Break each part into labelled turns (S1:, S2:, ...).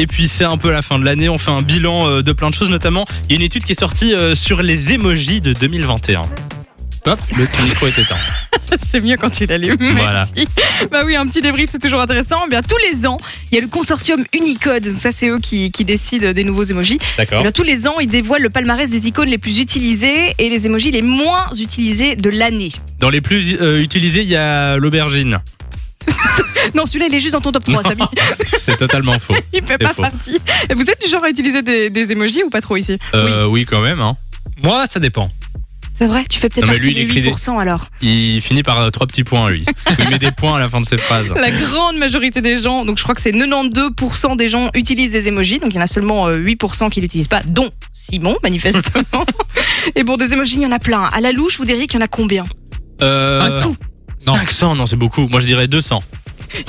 S1: Et puis c'est un peu la fin de l'année, on fait un bilan euh, de plein de choses, notamment il y a une étude qui est sortie euh, sur les emojis de 2021. Hop, le micro est éteint.
S2: C'est mieux quand il allume.
S1: Voilà.
S2: Merci. Bah oui, un petit débrief, c'est toujours intéressant. Eh Bien, tous les ans, il y a le consortium Unicode. Donc ça, c'est eux qui, qui décident des nouveaux emojis. Eh
S1: D'accord.
S2: bien, tous les ans, ils dévoilent le palmarès des icônes les plus utilisées et les emojis les moins utilisés de l'année.
S1: Dans les plus euh, utilisés, il y a l'aubergine.
S2: Non, celui-là, il est juste dans ton top 3, Samy.
S1: C'est totalement faux.
S2: Il fait
S1: C'est
S2: pas
S1: faux.
S2: partie. Et Vous êtes du genre à utiliser des, des emojis ou pas trop ici
S1: Euh, oui. quand même. hein. Moi, ça dépend.
S2: C'est vrai, tu fais peut-être
S1: Non, mais
S2: partie
S1: lui, il écrit des-
S2: des 8% alors.
S1: Il finit par euh, trois petits points, lui. Il met des points à la fin de ses phrases.
S2: La grande majorité des gens, donc je crois que c'est 92% des gens utilisent des emojis, donc il y en a seulement euh, 8% qui l'utilisent pas, dont Simon, manifestement. Et bon, des emojis, il y en a plein. À la louche, vous diriez qu'il y en a combien
S1: Euh,
S2: Cinq.
S1: non. 500, non, c'est beaucoup. Moi, je dirais 200.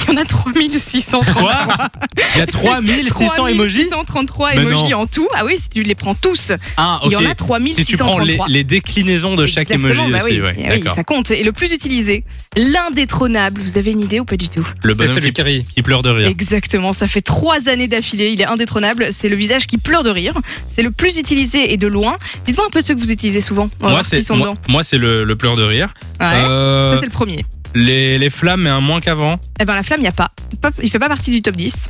S2: Il y en a 3633.
S1: Quoi Il y a 3600 emojis
S2: 3633
S1: Mais
S2: emojis
S1: non.
S2: en tout. Ah oui, si tu les prends tous,
S1: Ah,
S2: il y en a
S1: Si tu prends
S2: 3633.
S1: les, les déclinaisons de chaque
S2: Exactement,
S1: emoji
S2: bah
S1: aussi,
S2: oui.
S1: ouais,
S2: Eh oui,
S1: d'accord.
S2: ça compte. Et le plus utilisé, l'indétrônable. Vous avez une idée ou pas du tout
S1: Le
S3: C'est
S1: bonhomme
S3: celui
S1: qui,
S3: qui rit.
S1: qui pleure de rire.
S2: Exactement, ça fait trois années d'affilée, il est indétrônable, c'est le visage qui pleure de rire, c'est le plus utilisé et de loin. Dites-moi un peu ceux que vous utilisez souvent, on va
S1: Moi,
S2: voir s'ils
S1: c'est
S2: sont
S1: moi,
S2: dedans. Ah
S1: moi, c'est le, le pleur de rire.
S2: Ouais.
S1: Euh,
S2: Ça c'est le premier.
S1: les, les flammes, mais un moins qu'avant.
S2: Eh ben la flamme, il n'y a pas. Pas- Il fait pas partie du top 10.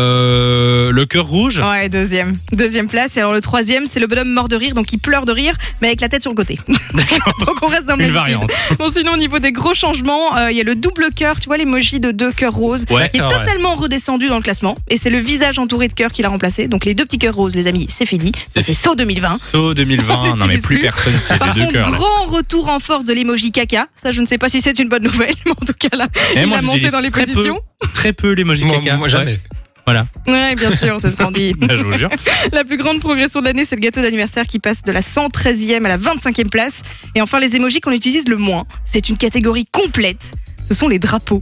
S1: Euh, le cœur rouge.
S2: Ouais, deuxième. Deuxième place. Et alors le troisième, c'est le bonhomme mort de rire, donc il pleure de rire, mais avec la tête sur le côté. donc on reste dans le
S1: Une
S2: même style.
S1: variante.
S2: Bon, sinon, au niveau des gros changements, euh, il y a le double cœur, tu vois, l'emoji de deux cœurs roses.
S1: Ouais,
S2: qui est totalement redescendu dans le classement et c'est le visage entouré de cœur qui l'a remplacé. Donc les deux petits cœurs roses, les amis, c'est fini. Ça, C'est saut 2020.
S1: Saut 2020. non, mais
S2: l'utilise
S1: plus
S2: plus.
S1: personne qui
S2: Par
S1: fait deux
S2: contre,
S1: cœurs. là.
S2: grand retour en force de l'emoji caca. Ça, je ne sais pas si c'est une bonne nouvelle, mais en tout cas là,
S1: Eh,
S2: il
S1: moi,
S2: a monté
S1: j'utilise
S2: dans les
S1: très
S2: positions.
S1: Peu, très peu l'emoji
S3: Moi,
S1: caca.
S3: moi,
S1: ouais.
S3: jamais.
S2: Oui, bien sûr, ça se grandit.
S1: Là, je vous jure.
S2: La plus grande progression de l'année, c'est le gâteau d'anniversaire qui passe de la 113e à la 25e place. Et enfin, les émojis qu'on utilise le moins, c'est une catégorie complète. Ce sont les drapeaux.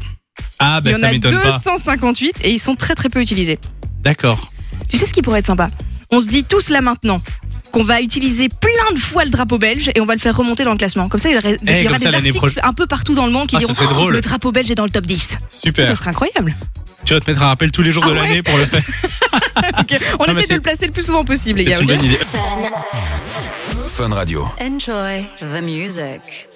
S1: Ah,
S2: Il
S1: ben
S2: y en
S1: ça
S2: a
S1: m'étonne pas.
S2: 258 et ils sont très très peu utilisés.
S1: D'accord.
S2: Tu sais ce qui pourrait être sympa On se dit tous là maintenant qu'on va utiliser plein de fois le drapeau belge et on va le faire remonter dans le classement. Comme ça, il y aura, il y
S1: Eh, comme
S2: aura
S1: ça,
S2: des
S1: l'année
S2: articles
S1: prochaine-
S2: un peu partout dans le monde qui
S1: Ah, ce
S2: diront oh,
S1: serait drôle.
S2: le drapeau belge est dans le top 10.
S1: Super.
S2: Ça serait incroyable.
S1: Tu vas te mettre un rappel tous les jours de
S2: Ah ouais.
S1: l'année pour le faire.
S2: Ok, On
S1: mais
S2: essaie
S1: c'est-
S2: de le placer le plus souvent possible, les
S1: C'est
S2: gars.
S1: une
S2: ok
S1: bonne idée.
S4: Fun Radio.
S5: Enjoy the music.